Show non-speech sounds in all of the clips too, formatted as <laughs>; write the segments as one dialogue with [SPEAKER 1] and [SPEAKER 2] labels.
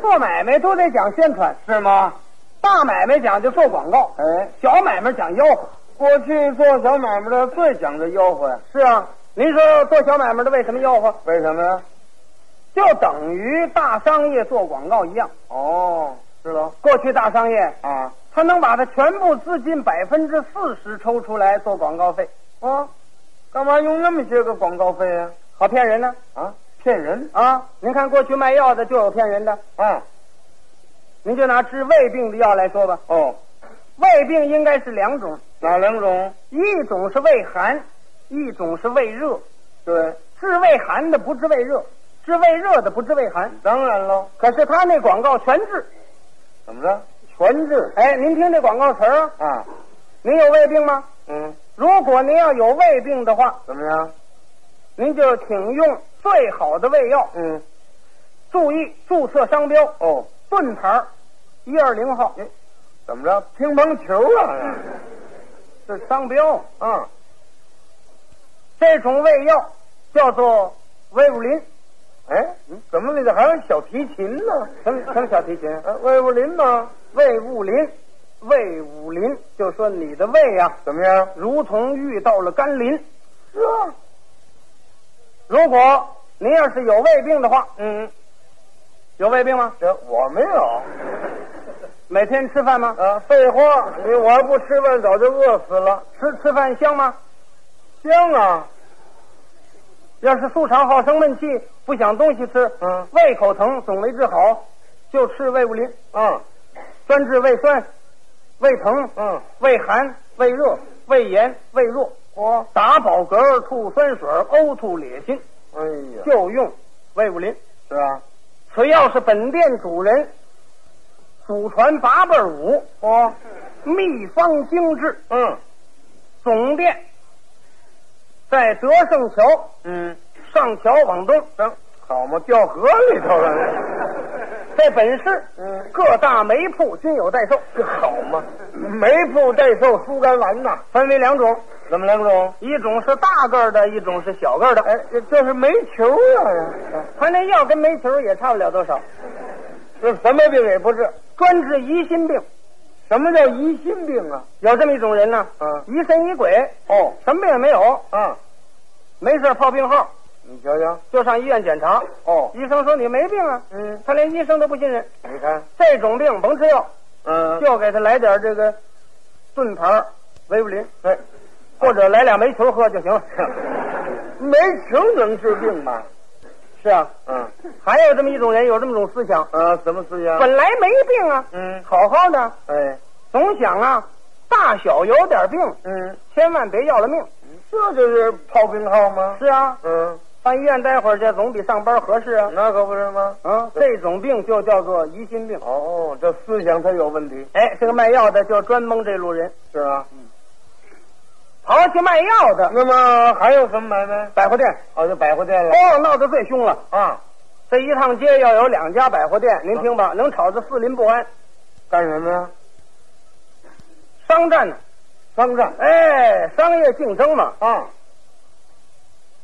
[SPEAKER 1] 做买卖都得讲宣传，
[SPEAKER 2] 是吗？
[SPEAKER 1] 大买卖讲究做广告，
[SPEAKER 2] 哎，
[SPEAKER 1] 小买卖讲吆喝。
[SPEAKER 2] 过去做小买卖的最讲究吆喝呀，
[SPEAKER 1] 是啊，您说做小买卖的为什么吆喝？
[SPEAKER 2] 为什么呀？
[SPEAKER 1] 就等于大商业做广告一样。
[SPEAKER 2] 哦，是喽，
[SPEAKER 1] 过去大商业，
[SPEAKER 2] 啊，
[SPEAKER 1] 他能把他全部资金百分之四十抽出来做广告费，
[SPEAKER 2] 啊，干嘛用那么些个广告费呀？
[SPEAKER 1] 好骗人呢
[SPEAKER 2] 啊，骗人
[SPEAKER 1] 啊！您看过去卖药的就有骗人的，
[SPEAKER 2] 啊！
[SPEAKER 1] 您就拿治胃病的药来说吧，
[SPEAKER 2] 哦，
[SPEAKER 1] 胃病应该是两种，
[SPEAKER 2] 哪两种？
[SPEAKER 1] 一种是胃寒，一种是胃热。
[SPEAKER 2] 对，
[SPEAKER 1] 治胃寒的不治胃热，治胃热的不治胃寒。
[SPEAKER 2] 当然喽。
[SPEAKER 1] 可是他那广告全治，
[SPEAKER 2] 怎么着？全治
[SPEAKER 1] 哎，您听这广告词儿啊，
[SPEAKER 2] 啊？
[SPEAKER 1] 您有胃病吗？
[SPEAKER 2] 嗯，
[SPEAKER 1] 如果您要有胃病的话，
[SPEAKER 2] 怎么样？
[SPEAKER 1] 您就请用最好的胃药。
[SPEAKER 2] 嗯，
[SPEAKER 1] 注意注册商标，
[SPEAKER 2] 哦，
[SPEAKER 1] 盾牌一二零号，
[SPEAKER 2] 怎么着？乒乓球啊？
[SPEAKER 1] 这商标。
[SPEAKER 2] 啊，
[SPEAKER 1] 这种胃药叫做威武林，
[SPEAKER 2] 哎，怎么里头还有小提琴呢？
[SPEAKER 1] 什么什么小提琴？
[SPEAKER 2] 啊，魏武林吗？
[SPEAKER 1] 魏武林，魏武林，就说你的胃呀、
[SPEAKER 2] 怎么样？
[SPEAKER 1] 如同遇到了甘霖。
[SPEAKER 2] 是啊，
[SPEAKER 1] 如果您要是有胃病的话，
[SPEAKER 2] 嗯，
[SPEAKER 1] 有胃病吗？
[SPEAKER 2] 这我没有。
[SPEAKER 1] 每天吃饭吗？
[SPEAKER 2] 啊，废话，你我要不吃饭早就饿死了。
[SPEAKER 1] 吃吃饭香吗？
[SPEAKER 2] 香啊，
[SPEAKER 1] 要是素常好生闷气，不想东西吃，
[SPEAKER 2] 嗯
[SPEAKER 1] 胃口疼总没治好，就吃胃物林，
[SPEAKER 2] 嗯
[SPEAKER 1] 专治胃酸、胃疼、
[SPEAKER 2] 嗯，
[SPEAKER 1] 胃寒、胃热、胃炎、胃弱，
[SPEAKER 2] 我，
[SPEAKER 1] 打饱嗝、吐酸水、呕吐噎心，
[SPEAKER 2] 哎呀，
[SPEAKER 1] 就用胃物林。
[SPEAKER 2] 是啊，
[SPEAKER 1] 此药是本店主人祖传八辈儿武，哦
[SPEAKER 2] 我，
[SPEAKER 1] 秘方精致，
[SPEAKER 2] 嗯
[SPEAKER 1] 总店在德胜桥
[SPEAKER 2] 嗯，
[SPEAKER 1] 上桥往东，
[SPEAKER 2] 行，好嘛，掉河里头了。
[SPEAKER 1] 在本市，
[SPEAKER 2] 嗯
[SPEAKER 1] 各大煤铺均有代售，
[SPEAKER 2] 这好嘛，没铺代售猪肝丸呐。
[SPEAKER 1] 分为两种，
[SPEAKER 2] 怎么两种？
[SPEAKER 1] 一种是大个儿的，一种是小个儿的。
[SPEAKER 2] 哎，这这是煤球啊！
[SPEAKER 1] 他那药跟煤球也差不了多少，
[SPEAKER 2] 这什么病也不治。
[SPEAKER 1] 专治疑心病。
[SPEAKER 2] 什么叫疑心病啊？
[SPEAKER 1] 有这么一种人呢，
[SPEAKER 2] 嗯
[SPEAKER 1] 疑神疑鬼，
[SPEAKER 2] 哦，
[SPEAKER 1] 什么病也没有，
[SPEAKER 2] 啊，
[SPEAKER 1] 没事儿泡病号
[SPEAKER 2] 你瞧瞧，
[SPEAKER 1] 就上医院检查，
[SPEAKER 2] 哦，
[SPEAKER 1] 医生说你没病啊，
[SPEAKER 2] 嗯，
[SPEAKER 1] 他连医生都不信任。
[SPEAKER 2] 你看，
[SPEAKER 1] 这种病甭吃药，
[SPEAKER 2] 嗯，
[SPEAKER 1] 就给他来点这个盾牌儿维布林，
[SPEAKER 2] <laughs> 哎，
[SPEAKER 1] 或者来俩煤球喝就行了。 <laughs>
[SPEAKER 2] 煤球能治病吗？
[SPEAKER 1] 是啊，
[SPEAKER 2] 嗯，
[SPEAKER 1] 还有这么一种人，有这么种思想，
[SPEAKER 2] 啊，什么思想？
[SPEAKER 1] 本来没病啊，
[SPEAKER 2] 嗯，
[SPEAKER 1] 好好的，
[SPEAKER 2] 哎，
[SPEAKER 1] 总想啊，大小有点病，
[SPEAKER 2] 嗯，
[SPEAKER 1] 千万别要了命。
[SPEAKER 2] 这就是炮兵号吗？
[SPEAKER 1] 是啊，
[SPEAKER 2] 嗯，
[SPEAKER 1] 上医院待会儿去，总比上班合适啊。
[SPEAKER 2] 那可不是吗？
[SPEAKER 1] 啊，这种病就叫做疑心病。
[SPEAKER 2] 哦，这思想他有问题。
[SPEAKER 1] 哎，这个卖药的就专蒙这路人，
[SPEAKER 2] 是啊，
[SPEAKER 1] 嗯刨去卖药的
[SPEAKER 2] 那么还有什么买卖？
[SPEAKER 1] 百货店，
[SPEAKER 2] 哦，就百货店了
[SPEAKER 1] 哦，闹得最凶了。
[SPEAKER 2] 啊？
[SPEAKER 1] 这一趟街要有两家百货店，您听吧，能吵得四邻不安。
[SPEAKER 2] 干什么呀？
[SPEAKER 1] 商战呢？
[SPEAKER 2] 商战
[SPEAKER 1] 哎，商业竞争嘛，
[SPEAKER 2] 啊？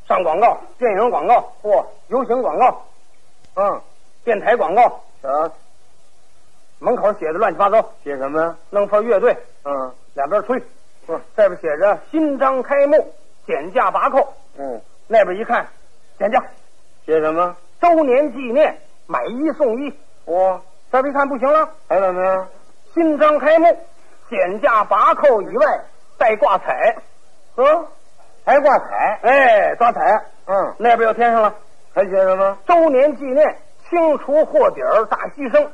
[SPEAKER 1] 上广告、电影广告、嚯、游行广告、
[SPEAKER 2] 嗯，
[SPEAKER 1] 电台广告，
[SPEAKER 2] 啥？
[SPEAKER 1] 门口写的乱七八糟，
[SPEAKER 2] 写什么呀？
[SPEAKER 1] 弄份乐队，
[SPEAKER 2] 嗯，
[SPEAKER 1] 两边吹，
[SPEAKER 2] 不是，
[SPEAKER 1] 这边写着新章开幕，减价八扣，
[SPEAKER 2] 嗯，
[SPEAKER 1] 那边一看，减价，
[SPEAKER 2] 写什么？
[SPEAKER 1] 周年纪念，买一送一。
[SPEAKER 2] 我
[SPEAKER 1] 这边一看不行了，
[SPEAKER 2] 哦还怎么样？
[SPEAKER 1] 新章开幕，减价八扣以外带挂彩，哦
[SPEAKER 2] 呵，还挂彩？
[SPEAKER 1] 哎，抓彩。
[SPEAKER 2] 嗯，
[SPEAKER 1] 那边又添上了。
[SPEAKER 2] 还写什么？
[SPEAKER 1] 周年纪念，清除货底儿，大牺牲。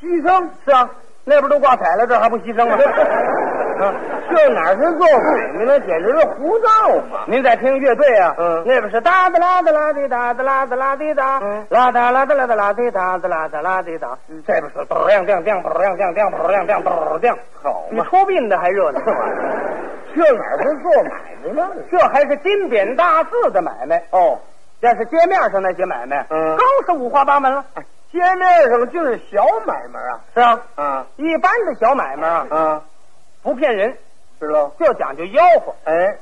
[SPEAKER 1] 牺牲是啊，那边都挂彩了，这还不牺牲吗？
[SPEAKER 2] 这哪是做买卖呢？简直是胡闹嘛！
[SPEAKER 1] 您再听乐队啊，
[SPEAKER 2] 嗯
[SPEAKER 1] 那边是哒哒啦哒啦滴哒哒啦哒啦滴哒，
[SPEAKER 2] 嗯
[SPEAKER 1] 啦哒啦哒啦哒啦滴哒哒啦哒啦滴哒，这边是咚亮亮亮咚亮亮亮咚亮亮咚亮，
[SPEAKER 2] 好
[SPEAKER 1] 比，出殡的还热闹。
[SPEAKER 2] 这哪是做买卖呢？
[SPEAKER 1] 这还是金匾大字的买卖，
[SPEAKER 2] 哦，
[SPEAKER 1] 要是街面上那些买卖，
[SPEAKER 2] 嗯
[SPEAKER 1] 更是五花八门了。
[SPEAKER 2] 街面上就是小买卖啊！
[SPEAKER 1] 是啊，
[SPEAKER 2] 啊
[SPEAKER 1] 一般的小买卖啊，
[SPEAKER 2] 啊，
[SPEAKER 1] 不骗人，
[SPEAKER 2] 是喽。
[SPEAKER 1] 就讲究吆喝。
[SPEAKER 2] 哎，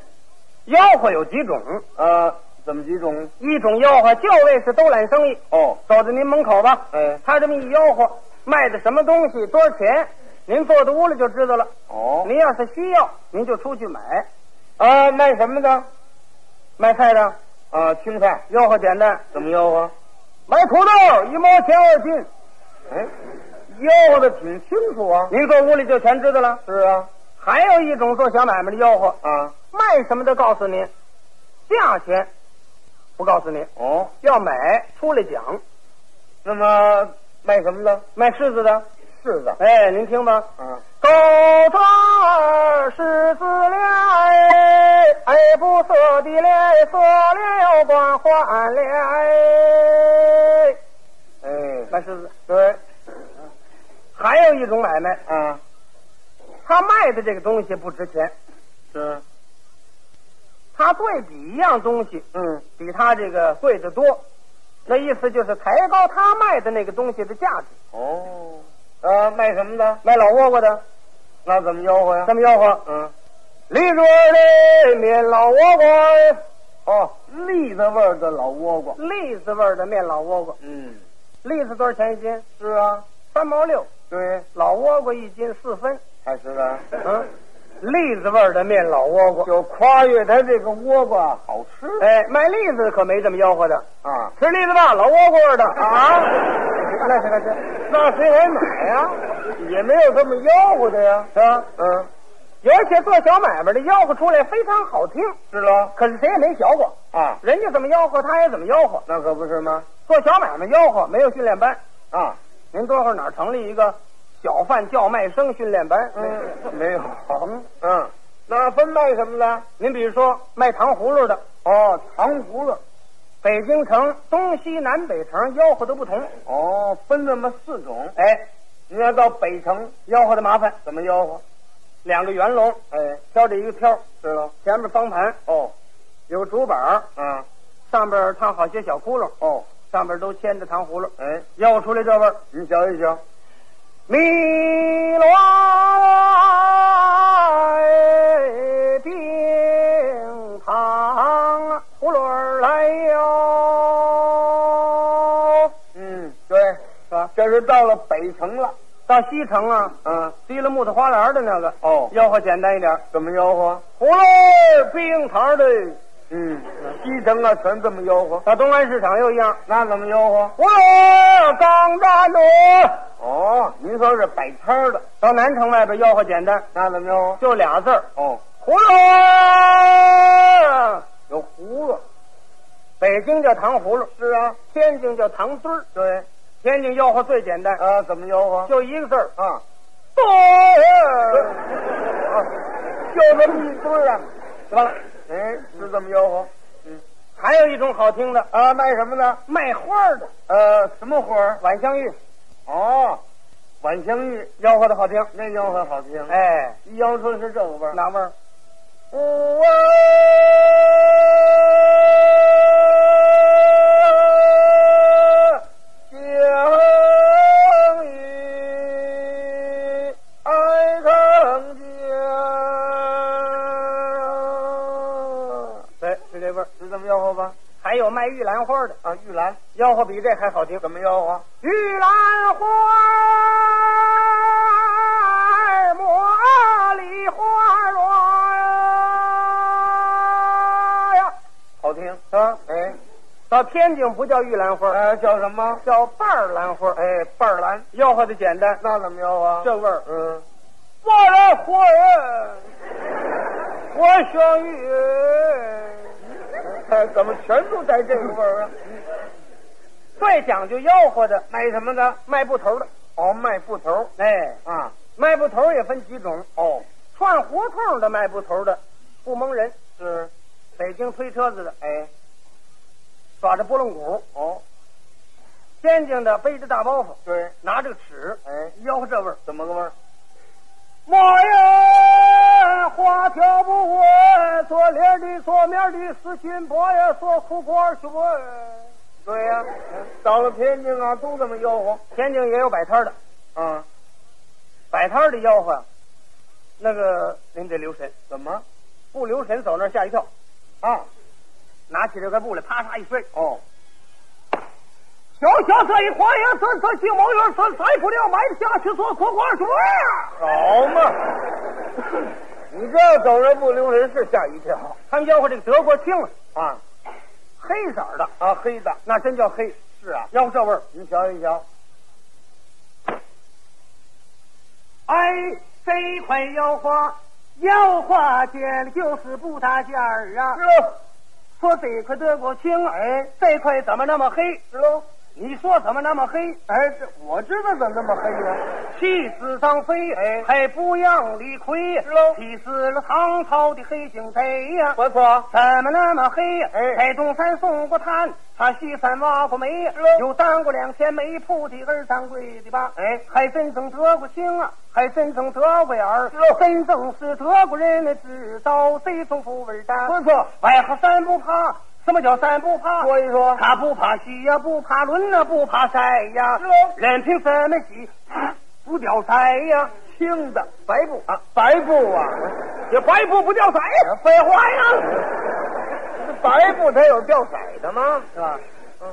[SPEAKER 1] 吆喝有几种？
[SPEAKER 2] 啊，怎么是几种？
[SPEAKER 1] 一种吆喝就为是兜揽生意。
[SPEAKER 2] 哦，
[SPEAKER 1] 走到您门口吧，
[SPEAKER 2] 哎
[SPEAKER 1] 他这么一吆喝，卖的什么东西，多少钱，您坐到屋里就知道了。
[SPEAKER 2] 哦，
[SPEAKER 1] 您要是需要，您就出去买。
[SPEAKER 2] 啊，卖什么的？
[SPEAKER 1] 卖菜的
[SPEAKER 2] 啊，青菜，
[SPEAKER 1] 吆喝简单，
[SPEAKER 2] 怎么吆喝？
[SPEAKER 1] 买土豆一毛钱二斤。
[SPEAKER 2] 哎，吆喝的挺清楚啊。
[SPEAKER 1] 您坐屋里就全知道了。
[SPEAKER 2] 是啊，
[SPEAKER 1] 还有一种做小买卖的吆喝，
[SPEAKER 2] 啊，
[SPEAKER 1] 卖什么的告诉您，价钱不告诉您，
[SPEAKER 2] 哦，
[SPEAKER 1] 要买出来讲。
[SPEAKER 2] 那么卖什么的？
[SPEAKER 1] 卖柿子的，
[SPEAKER 2] 柿子。
[SPEAKER 1] 哎，您听吧，
[SPEAKER 2] 啊，
[SPEAKER 1] 狗头儿柿子来，哎不色的来，色了又光换来。
[SPEAKER 2] 哎，
[SPEAKER 1] 卖柿子，
[SPEAKER 2] 对，
[SPEAKER 1] 还有一种买卖，
[SPEAKER 2] 啊，
[SPEAKER 1] 他卖的这个东西不值钱，
[SPEAKER 2] 是，
[SPEAKER 1] 他对比一样东西，
[SPEAKER 2] 嗯，
[SPEAKER 1] 比他这个贵得多，那意思就是抬高他卖的那个东西的价值。
[SPEAKER 2] 哦，啊，卖什么的？
[SPEAKER 1] 卖老窝瓜的
[SPEAKER 2] 那怎么吆喝呀
[SPEAKER 1] 这？么吆喝，
[SPEAKER 2] 嗯，
[SPEAKER 1] 李桌的面老窝瓜，
[SPEAKER 2] 哦，栗子味儿的老倭瓜。
[SPEAKER 1] 栗子味儿的面老窝瓜，
[SPEAKER 2] 嗯，
[SPEAKER 1] 栗子多少钱一斤？
[SPEAKER 2] 是啊，
[SPEAKER 1] 三毛六，
[SPEAKER 2] 对，
[SPEAKER 1] 老窝瓜一斤四分。
[SPEAKER 2] 太是啊了。
[SPEAKER 1] 嗯，栗子味儿的面老窝瓜。
[SPEAKER 2] 就夸越它这个倭瓜好吃
[SPEAKER 1] 哎，卖栗子可没这么吆喝的，
[SPEAKER 2] 啊
[SPEAKER 1] 吃栗子吧，老窝瓜味儿的
[SPEAKER 2] 啊！那是那是，那谁还买呀、也没有这么吆喝的呀。
[SPEAKER 1] 是吧？
[SPEAKER 2] 嗯，
[SPEAKER 1] 而且做小买卖的吆喝出来非常好听，
[SPEAKER 2] 是喽
[SPEAKER 1] 可是谁也没学过，
[SPEAKER 2] 啊，
[SPEAKER 1] 人家怎么吆喝，他也怎么吆喝。
[SPEAKER 2] 那可不是吗？
[SPEAKER 1] 做小买卖吆喝没有训练班，
[SPEAKER 2] 啊，
[SPEAKER 1] 您多会儿哪儿成立一个小贩叫卖声训练班？
[SPEAKER 2] 嗯，没有。
[SPEAKER 1] 嗯
[SPEAKER 2] 嗯，那分卖什么的？
[SPEAKER 1] 您比如说卖糖葫芦的，
[SPEAKER 2] 哦，糖葫芦。
[SPEAKER 1] 北京城东西南北城吆喝的不同，
[SPEAKER 2] 哦，分那么四种。
[SPEAKER 1] 哎，
[SPEAKER 2] 你要到北城
[SPEAKER 1] 吆喝的麻烦。
[SPEAKER 2] 怎么吆喝？
[SPEAKER 1] 两个圆笼
[SPEAKER 2] 哎，
[SPEAKER 1] 挑着一个挑，
[SPEAKER 2] 是喽。
[SPEAKER 1] 前面方盘
[SPEAKER 2] 哦，
[SPEAKER 1] 有个竹板儿，
[SPEAKER 2] 啊，
[SPEAKER 1] 上边烫好些小窟窿，
[SPEAKER 2] 哦，
[SPEAKER 1] 上边都牵着糖葫芦，
[SPEAKER 2] 哎，
[SPEAKER 1] 吆喝出来这味儿。
[SPEAKER 2] 你瞧一瞧。
[SPEAKER 1] 米罗冰糖葫芦儿来哟，
[SPEAKER 2] 嗯，对，
[SPEAKER 1] 是吧？
[SPEAKER 2] 这是到了北城了。
[SPEAKER 1] 到西城啊，
[SPEAKER 2] 嗯，
[SPEAKER 1] 提了木头花篮的那个，
[SPEAKER 2] 哦，
[SPEAKER 1] 吆喝简单一点，
[SPEAKER 2] 怎么吆喝？
[SPEAKER 1] 葫芦儿冰糖的。
[SPEAKER 2] 嗯，西城啊，全这么吆喝。
[SPEAKER 1] 到东安市场又一样，
[SPEAKER 2] 那怎么吆喝？
[SPEAKER 1] 葫芦儿刚站着。
[SPEAKER 2] 哦，您说是摆摊儿的，
[SPEAKER 1] 到南城外边吆喝简单，
[SPEAKER 2] 那怎么吆喝？
[SPEAKER 1] 就俩字儿，
[SPEAKER 2] 哦，
[SPEAKER 1] 葫芦儿。
[SPEAKER 2] 有葫芦。
[SPEAKER 1] 北京叫糖葫芦，
[SPEAKER 2] 是啊，
[SPEAKER 1] 天津叫糖墩儿。
[SPEAKER 2] 对。
[SPEAKER 1] 天津吆喝最简单，
[SPEAKER 2] 啊，怎么吆喝？
[SPEAKER 1] 就一个字儿
[SPEAKER 2] 啊，
[SPEAKER 1] “墩儿
[SPEAKER 2] 啊就这么一堆儿啊。”，
[SPEAKER 1] 怎么了？
[SPEAKER 2] 哎，是这么吆喝。
[SPEAKER 1] 还有一种好听的，
[SPEAKER 2] 啊，卖什么呢？
[SPEAKER 1] 卖花儿的
[SPEAKER 2] 呃，什么花儿？
[SPEAKER 1] 晚香玉，
[SPEAKER 2] 哦，晚香玉，
[SPEAKER 1] 吆喝的好听。
[SPEAKER 2] 那吆喝好听。，
[SPEAKER 1] 哎，
[SPEAKER 2] 一吆出是这个味儿。
[SPEAKER 1] 哪味儿？
[SPEAKER 2] 呜哇香雨爱更加
[SPEAKER 1] 对，是这味儿。
[SPEAKER 2] 是这么吆喝吧？
[SPEAKER 1] 还有卖玉兰花的，
[SPEAKER 2] 啊，玉兰
[SPEAKER 1] 吆喝比这还好听。
[SPEAKER 2] 怎么吆喝？
[SPEAKER 1] 玉兰花儿，茉莉花儿呀。
[SPEAKER 2] 好听啊！哎，
[SPEAKER 1] 到天津不叫玉兰花儿，
[SPEAKER 2] 呃，叫什么？
[SPEAKER 1] 叫瓣儿兰花儿。
[SPEAKER 2] 哎，瓣兰，
[SPEAKER 1] 吆喝的简单，
[SPEAKER 2] 那怎么吆喝？
[SPEAKER 1] 这味儿。
[SPEAKER 2] 嗯，
[SPEAKER 1] 我来活人，我相遇。
[SPEAKER 2] 哎怎么全都带这个味儿啊？
[SPEAKER 1] 最讲究吆喝的，
[SPEAKER 2] 卖什么的？
[SPEAKER 1] 卖布头的。
[SPEAKER 2] 哦，卖布头
[SPEAKER 1] 哎，
[SPEAKER 2] 啊！
[SPEAKER 1] 卖布头也分几种，
[SPEAKER 2] 哦，
[SPEAKER 1] 串胡同的卖布头的，不蒙人；
[SPEAKER 2] 是，
[SPEAKER 1] 北京推车子的，
[SPEAKER 2] 哎，
[SPEAKER 1] 耍着拨浪鼓；
[SPEAKER 2] 哦，
[SPEAKER 1] 天津的背着大包袱，
[SPEAKER 2] 对，
[SPEAKER 1] 拿着个尺，
[SPEAKER 2] 哎，
[SPEAKER 1] 吆喝这味儿。
[SPEAKER 2] 怎么个味儿？
[SPEAKER 1] 莫呀，花条不稳，左脸的左面的死心薄呀，左裤管去问。
[SPEAKER 2] 对呀、到嗯了天津啊，都这么吆
[SPEAKER 1] 天津也有摆摊的，
[SPEAKER 2] 喝啊？
[SPEAKER 1] 摆摊的吆喝，那个您得留神，
[SPEAKER 2] 怎么
[SPEAKER 1] 不留神走那儿吓一跳。
[SPEAKER 2] 啊？
[SPEAKER 3] 拿起这块布来，啪嚓一摔，
[SPEAKER 2] 哦，
[SPEAKER 3] 小小这一花园，咱咱进王园，咱咱不料埋下去做苦瓜水呀！
[SPEAKER 2] 好嘛，你这走人不留人是吓一跳
[SPEAKER 3] 他们吆喝这个德国听了，
[SPEAKER 2] 啊
[SPEAKER 3] 黑色儿的，
[SPEAKER 2] 啊，黑的
[SPEAKER 3] 那真叫黑，
[SPEAKER 2] 是啊，
[SPEAKER 3] 吆喝这味儿，
[SPEAKER 2] 您瞧一瞧，
[SPEAKER 1] 哎，这一块腰花，腰花尖就是不搭尖儿啊。
[SPEAKER 2] 喽，
[SPEAKER 1] 说这块德国青，哎，这块怎么那么黑？
[SPEAKER 2] 是喽，
[SPEAKER 1] 你说怎么那么黑？
[SPEAKER 2] 哎，这我知道怎么那么黑呢？
[SPEAKER 1] 气死张飞，哎，还不让李逵，
[SPEAKER 2] 是喽
[SPEAKER 1] 气死了唐朝的黑警贼呀、
[SPEAKER 2] 不错，
[SPEAKER 1] 怎么那么黑呀？
[SPEAKER 2] 哎
[SPEAKER 1] 在东山送过炭，他西山挖过煤，
[SPEAKER 2] 喽
[SPEAKER 1] 有当过两钱煤铺的二掌柜的吧？哎，还真正得过星啊，还真正得过眼儿
[SPEAKER 2] 喽，
[SPEAKER 1] 真正是德国人的知道这种富味儿的。
[SPEAKER 2] 不错，
[SPEAKER 1] 外号山不怕，什么叫山不怕？
[SPEAKER 2] 说一说，
[SPEAKER 1] 他不怕西呀，不怕轮呐，不怕晒呀
[SPEAKER 2] 是喽，哦
[SPEAKER 1] 任凭什么洗，不掉柴呀。
[SPEAKER 2] 青的白布啊，白布啊，
[SPEAKER 3] 这白布不掉色呀，
[SPEAKER 2] 废话
[SPEAKER 1] 哎
[SPEAKER 2] 呀，这白布它有掉色的吗？
[SPEAKER 3] 是吧？嗯。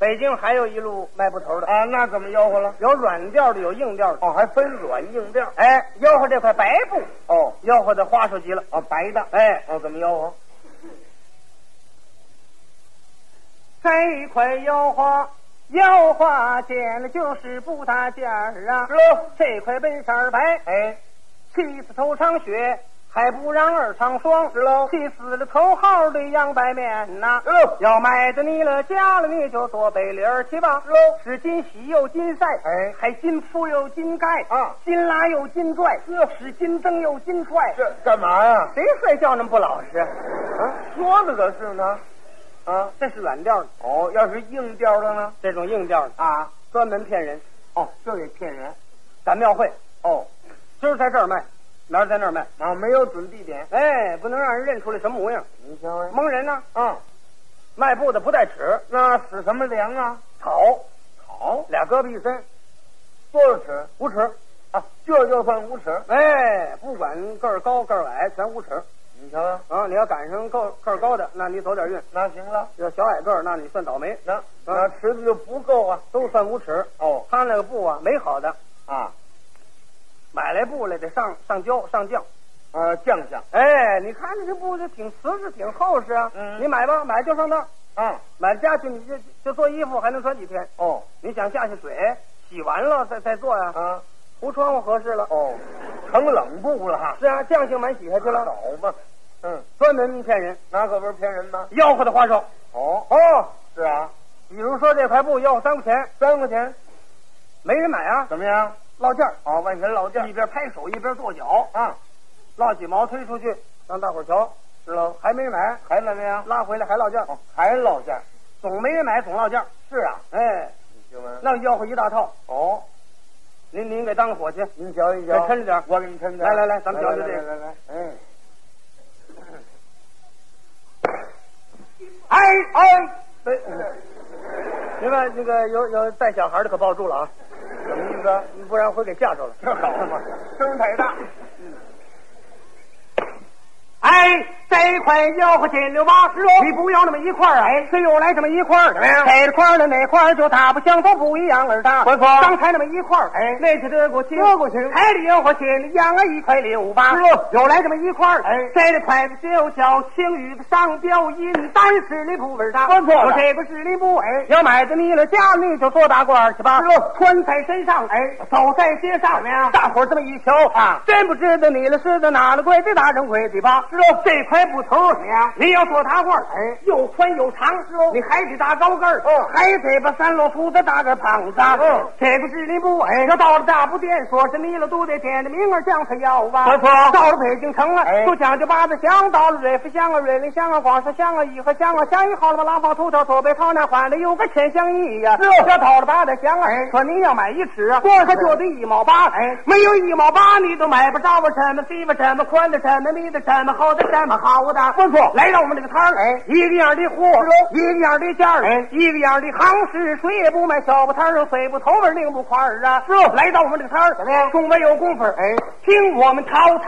[SPEAKER 3] 北京还有一路卖布头的，
[SPEAKER 2] 啊，那怎么吆喝了？
[SPEAKER 3] 有软调的，有硬调的。
[SPEAKER 2] 哦，还分软硬调，
[SPEAKER 3] 哎，吆喝这块白布，
[SPEAKER 2] 哦，
[SPEAKER 3] 吆喝的花哨极了。
[SPEAKER 2] 哦，白的，
[SPEAKER 3] 哎，
[SPEAKER 2] 哦，怎么吆喝？
[SPEAKER 1] 这块腰花，腰花剪了就是不搭尖儿啊。
[SPEAKER 2] 喽，
[SPEAKER 1] 这块本色儿白，
[SPEAKER 2] 哎，
[SPEAKER 1] 气死头上血，还不让二上霜。
[SPEAKER 2] 是喽
[SPEAKER 1] 气死了头号的杨白面呐、
[SPEAKER 2] 喽，
[SPEAKER 1] 要卖的你了，嫁了你就做北邻儿去吧。
[SPEAKER 2] 喽，
[SPEAKER 1] 是金喜又金晒，
[SPEAKER 2] 哎
[SPEAKER 1] 还金铺又金盖
[SPEAKER 2] 啊，
[SPEAKER 1] 金拉又金拽，是金蹬又金踹。
[SPEAKER 2] 这干嘛呀？
[SPEAKER 3] 谁睡觉那么不老实？
[SPEAKER 2] 啊，说的可是呢，啊，
[SPEAKER 3] 这是软调的，
[SPEAKER 2] 哦，要是硬调的呢？
[SPEAKER 3] 这种硬调的
[SPEAKER 2] 啊，
[SPEAKER 3] 专门骗人。
[SPEAKER 2] 哦，这也骗人，
[SPEAKER 3] 咱庙会
[SPEAKER 2] 哦，
[SPEAKER 3] 今儿在这儿卖，明儿在那儿卖，
[SPEAKER 2] 啊，没有准地点，
[SPEAKER 3] 哎，不能让人认出来什么模样。
[SPEAKER 2] 你瞧呀，
[SPEAKER 3] 蒙人呢、
[SPEAKER 2] 啊，
[SPEAKER 3] 卖布的不带尺，
[SPEAKER 2] 那使什么粮啊？
[SPEAKER 3] 草
[SPEAKER 2] 草，
[SPEAKER 3] 俩胳膊一伸，
[SPEAKER 2] 多少尺？
[SPEAKER 3] 五尺。
[SPEAKER 2] 啊，这就算五尺，
[SPEAKER 3] 哎，不管个儿高个儿矮，全五尺
[SPEAKER 2] 你瞧呀，
[SPEAKER 3] 啊！你要赶上个个儿高的，那你走点运；
[SPEAKER 2] 那行了，
[SPEAKER 3] 要小矮个儿，那你算倒霉，
[SPEAKER 2] 那那池子就不够啊，
[SPEAKER 3] 都算五尺。
[SPEAKER 2] 哦，
[SPEAKER 3] 他那个布啊，没好的，
[SPEAKER 2] 啊，
[SPEAKER 3] 买来布来得上上胶上酱。
[SPEAKER 2] 啊，将相，
[SPEAKER 3] 哎，你看这布就挺瓷实，挺厚实啊。
[SPEAKER 2] 嗯
[SPEAKER 3] 你买吧，买就上当，
[SPEAKER 2] 啊，
[SPEAKER 3] 买家去你就就做衣服，还能穿几天？
[SPEAKER 2] 哦，
[SPEAKER 3] 你想下去水洗完了再再做呀、
[SPEAKER 2] 啊，
[SPEAKER 3] 糊窗户合适了。
[SPEAKER 2] 哦，成冷布了哈，
[SPEAKER 3] 是啊，酱性满洗下去了，
[SPEAKER 2] 好嘛，嗯，
[SPEAKER 3] 专门骗人，
[SPEAKER 2] 那可不是骗人吗？
[SPEAKER 3] 吆喝的花哨。
[SPEAKER 2] 哦，
[SPEAKER 3] 哦，
[SPEAKER 2] 是啊，
[SPEAKER 3] 比如说这块布吆喝三块钱，
[SPEAKER 2] 三块钱
[SPEAKER 3] 没人买啊，
[SPEAKER 2] 怎么样？
[SPEAKER 3] 落价儿。
[SPEAKER 2] 哦，万钱老
[SPEAKER 3] 一
[SPEAKER 2] 店
[SPEAKER 3] 边拍手一边跺脚，
[SPEAKER 2] 啊，
[SPEAKER 3] 落几毛推出去，让大伙儿瞧，
[SPEAKER 2] 是喽，
[SPEAKER 3] 还没人买，
[SPEAKER 2] 还怎么样？
[SPEAKER 3] 拉回来还落价儿，
[SPEAKER 2] 哦，还落价，
[SPEAKER 3] 总没人买总落价儿。
[SPEAKER 2] 是啊，
[SPEAKER 3] 哎，
[SPEAKER 2] 你听闻？
[SPEAKER 3] 那吆喝一大套，
[SPEAKER 2] 哦，
[SPEAKER 3] 您您给当个伙计，
[SPEAKER 2] 您瞧一瞧，
[SPEAKER 3] 再抻着点儿。
[SPEAKER 2] 我给你抻着，
[SPEAKER 3] 来来来咱们瞧瞧这个
[SPEAKER 2] 来来来，嗯，
[SPEAKER 3] 哎哎，
[SPEAKER 2] 对，
[SPEAKER 3] 那个那个有有带小孩的可抱住了啊，
[SPEAKER 2] 什么意思？啊
[SPEAKER 3] 不然会给架着了。
[SPEAKER 2] <laughs> 这好嘛，声太大，
[SPEAKER 1] 哎，这一块吆喝紧溜八十哦，你不要那么一块儿，哎，非又来这么一块儿，怎么样？这块儿的哪块儿就大不相同，不一样而大。
[SPEAKER 2] 不错
[SPEAKER 1] 刚才那么一块儿，哎，那是德国青，德国青，还哎里吆喝紧两个一块六八，又来这么一块儿，哦哎，这的筷子就叫青鱼的上标音，单是的部分大，
[SPEAKER 2] 不错
[SPEAKER 1] 有这个是的部，哎，要买的你了，家里就做大官儿去吧，穿在身上，哎，走在街上，怎么样？大伙儿这么一瞧啊，真不知道你了是的哪了贵的大掌柜的吧？是喽，这块布头啊怎么样？你要做大褂儿，哎，又宽又长，是喽，你哦还得搭高跟儿，
[SPEAKER 2] 嗯
[SPEAKER 1] 还得把三路裤子搭个膀子，
[SPEAKER 2] 嗯，
[SPEAKER 1] 这个是你不哎，哦要到了大不店，说是你了都得点的名儿将他要吧。
[SPEAKER 2] 不错
[SPEAKER 1] 到了北京城了，
[SPEAKER 2] 哎
[SPEAKER 1] 就讲究八字香，到了瑞福香啊、瑞林香啊、广式香啊、颐和香啊，香一好了嘛，拉放头条驼背套那换的有个钱香一呀、
[SPEAKER 2] 是
[SPEAKER 1] 要到了八的香啊，说你要买一尺啊，他就得一毛八，哎，没有一毛八你都买不着啊，什么西吧，什么宽的，什么密的，什么厚的，什么好无当。
[SPEAKER 4] 不错
[SPEAKER 1] 来到我们这个摊儿，
[SPEAKER 4] 哎
[SPEAKER 1] 一个样的货
[SPEAKER 4] 喽，
[SPEAKER 1] 一个样的价儿，
[SPEAKER 4] 哎
[SPEAKER 1] 一个样的行市，谁也不卖小不摊儿，水不头儿，拧不宽儿啊。
[SPEAKER 4] 是喽
[SPEAKER 1] 来到我们这个摊儿，怎么样？中没有功夫，哎，
[SPEAKER 4] 哎，
[SPEAKER 1] 听我们曹操，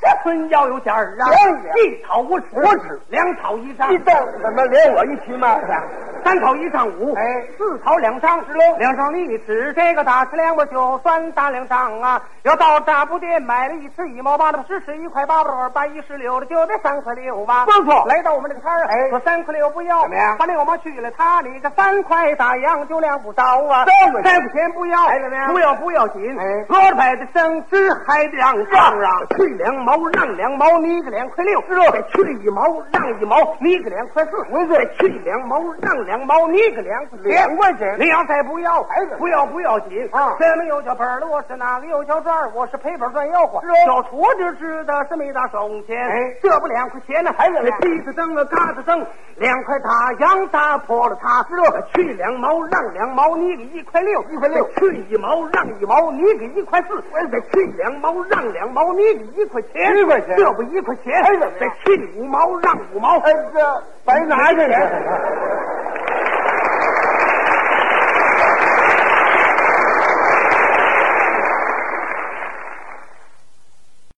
[SPEAKER 1] 这村要有点儿啊
[SPEAKER 4] 行行，
[SPEAKER 1] 一草五尺，
[SPEAKER 4] 五尺
[SPEAKER 1] 两草一丈
[SPEAKER 4] 你。等怎么连我一起卖呀？
[SPEAKER 1] 三草一丈五，
[SPEAKER 4] 哎
[SPEAKER 1] 四草两丈十喽，两丈一尺，这个打十两我就算打两丈啊。要到大布店买了一尺一毛八的十尺一块八八八一十六的就得三块六吧。
[SPEAKER 4] 不错
[SPEAKER 1] 来到我们这个摊儿，
[SPEAKER 4] 哎
[SPEAKER 1] 说三块六不要，
[SPEAKER 4] 怎么样
[SPEAKER 1] 把六毛去了他，你这三块打烊就两不着啊。
[SPEAKER 4] 这么
[SPEAKER 1] 三块钱不要，
[SPEAKER 4] 哎怎么样
[SPEAKER 1] 不要不要紧，
[SPEAKER 4] 哎
[SPEAKER 1] 老百的生枝还得让让啊，去两毛让两毛，你个两块六；再去一毛让一毛，你个两块四；再去两毛让两毛，你个两块钱。
[SPEAKER 4] 两块钱
[SPEAKER 1] 你要再不要，
[SPEAKER 4] 哎呀
[SPEAKER 1] 不要不要紧
[SPEAKER 4] 啊
[SPEAKER 1] 这没有小本儿了，我是哪个有小赚儿？我是赔本赚吆喝
[SPEAKER 4] 是哦。
[SPEAKER 1] 小厨子知道是没打手钱，
[SPEAKER 4] 哎
[SPEAKER 1] 这不两块钱呢，还有
[SPEAKER 4] 两
[SPEAKER 1] 地子挣了嘎子挣，两块打洋打破了它。是哦，去两毛让两毛，你给一块六，一
[SPEAKER 4] 块六
[SPEAKER 1] 去一毛让一毛，你给一块四；再去两毛让两毛，你给一块钱，
[SPEAKER 4] 一块钱
[SPEAKER 1] 这不一块钱
[SPEAKER 4] 哎怎么样？
[SPEAKER 1] 再去五毛让五毛，
[SPEAKER 4] 哎，这白拿去了。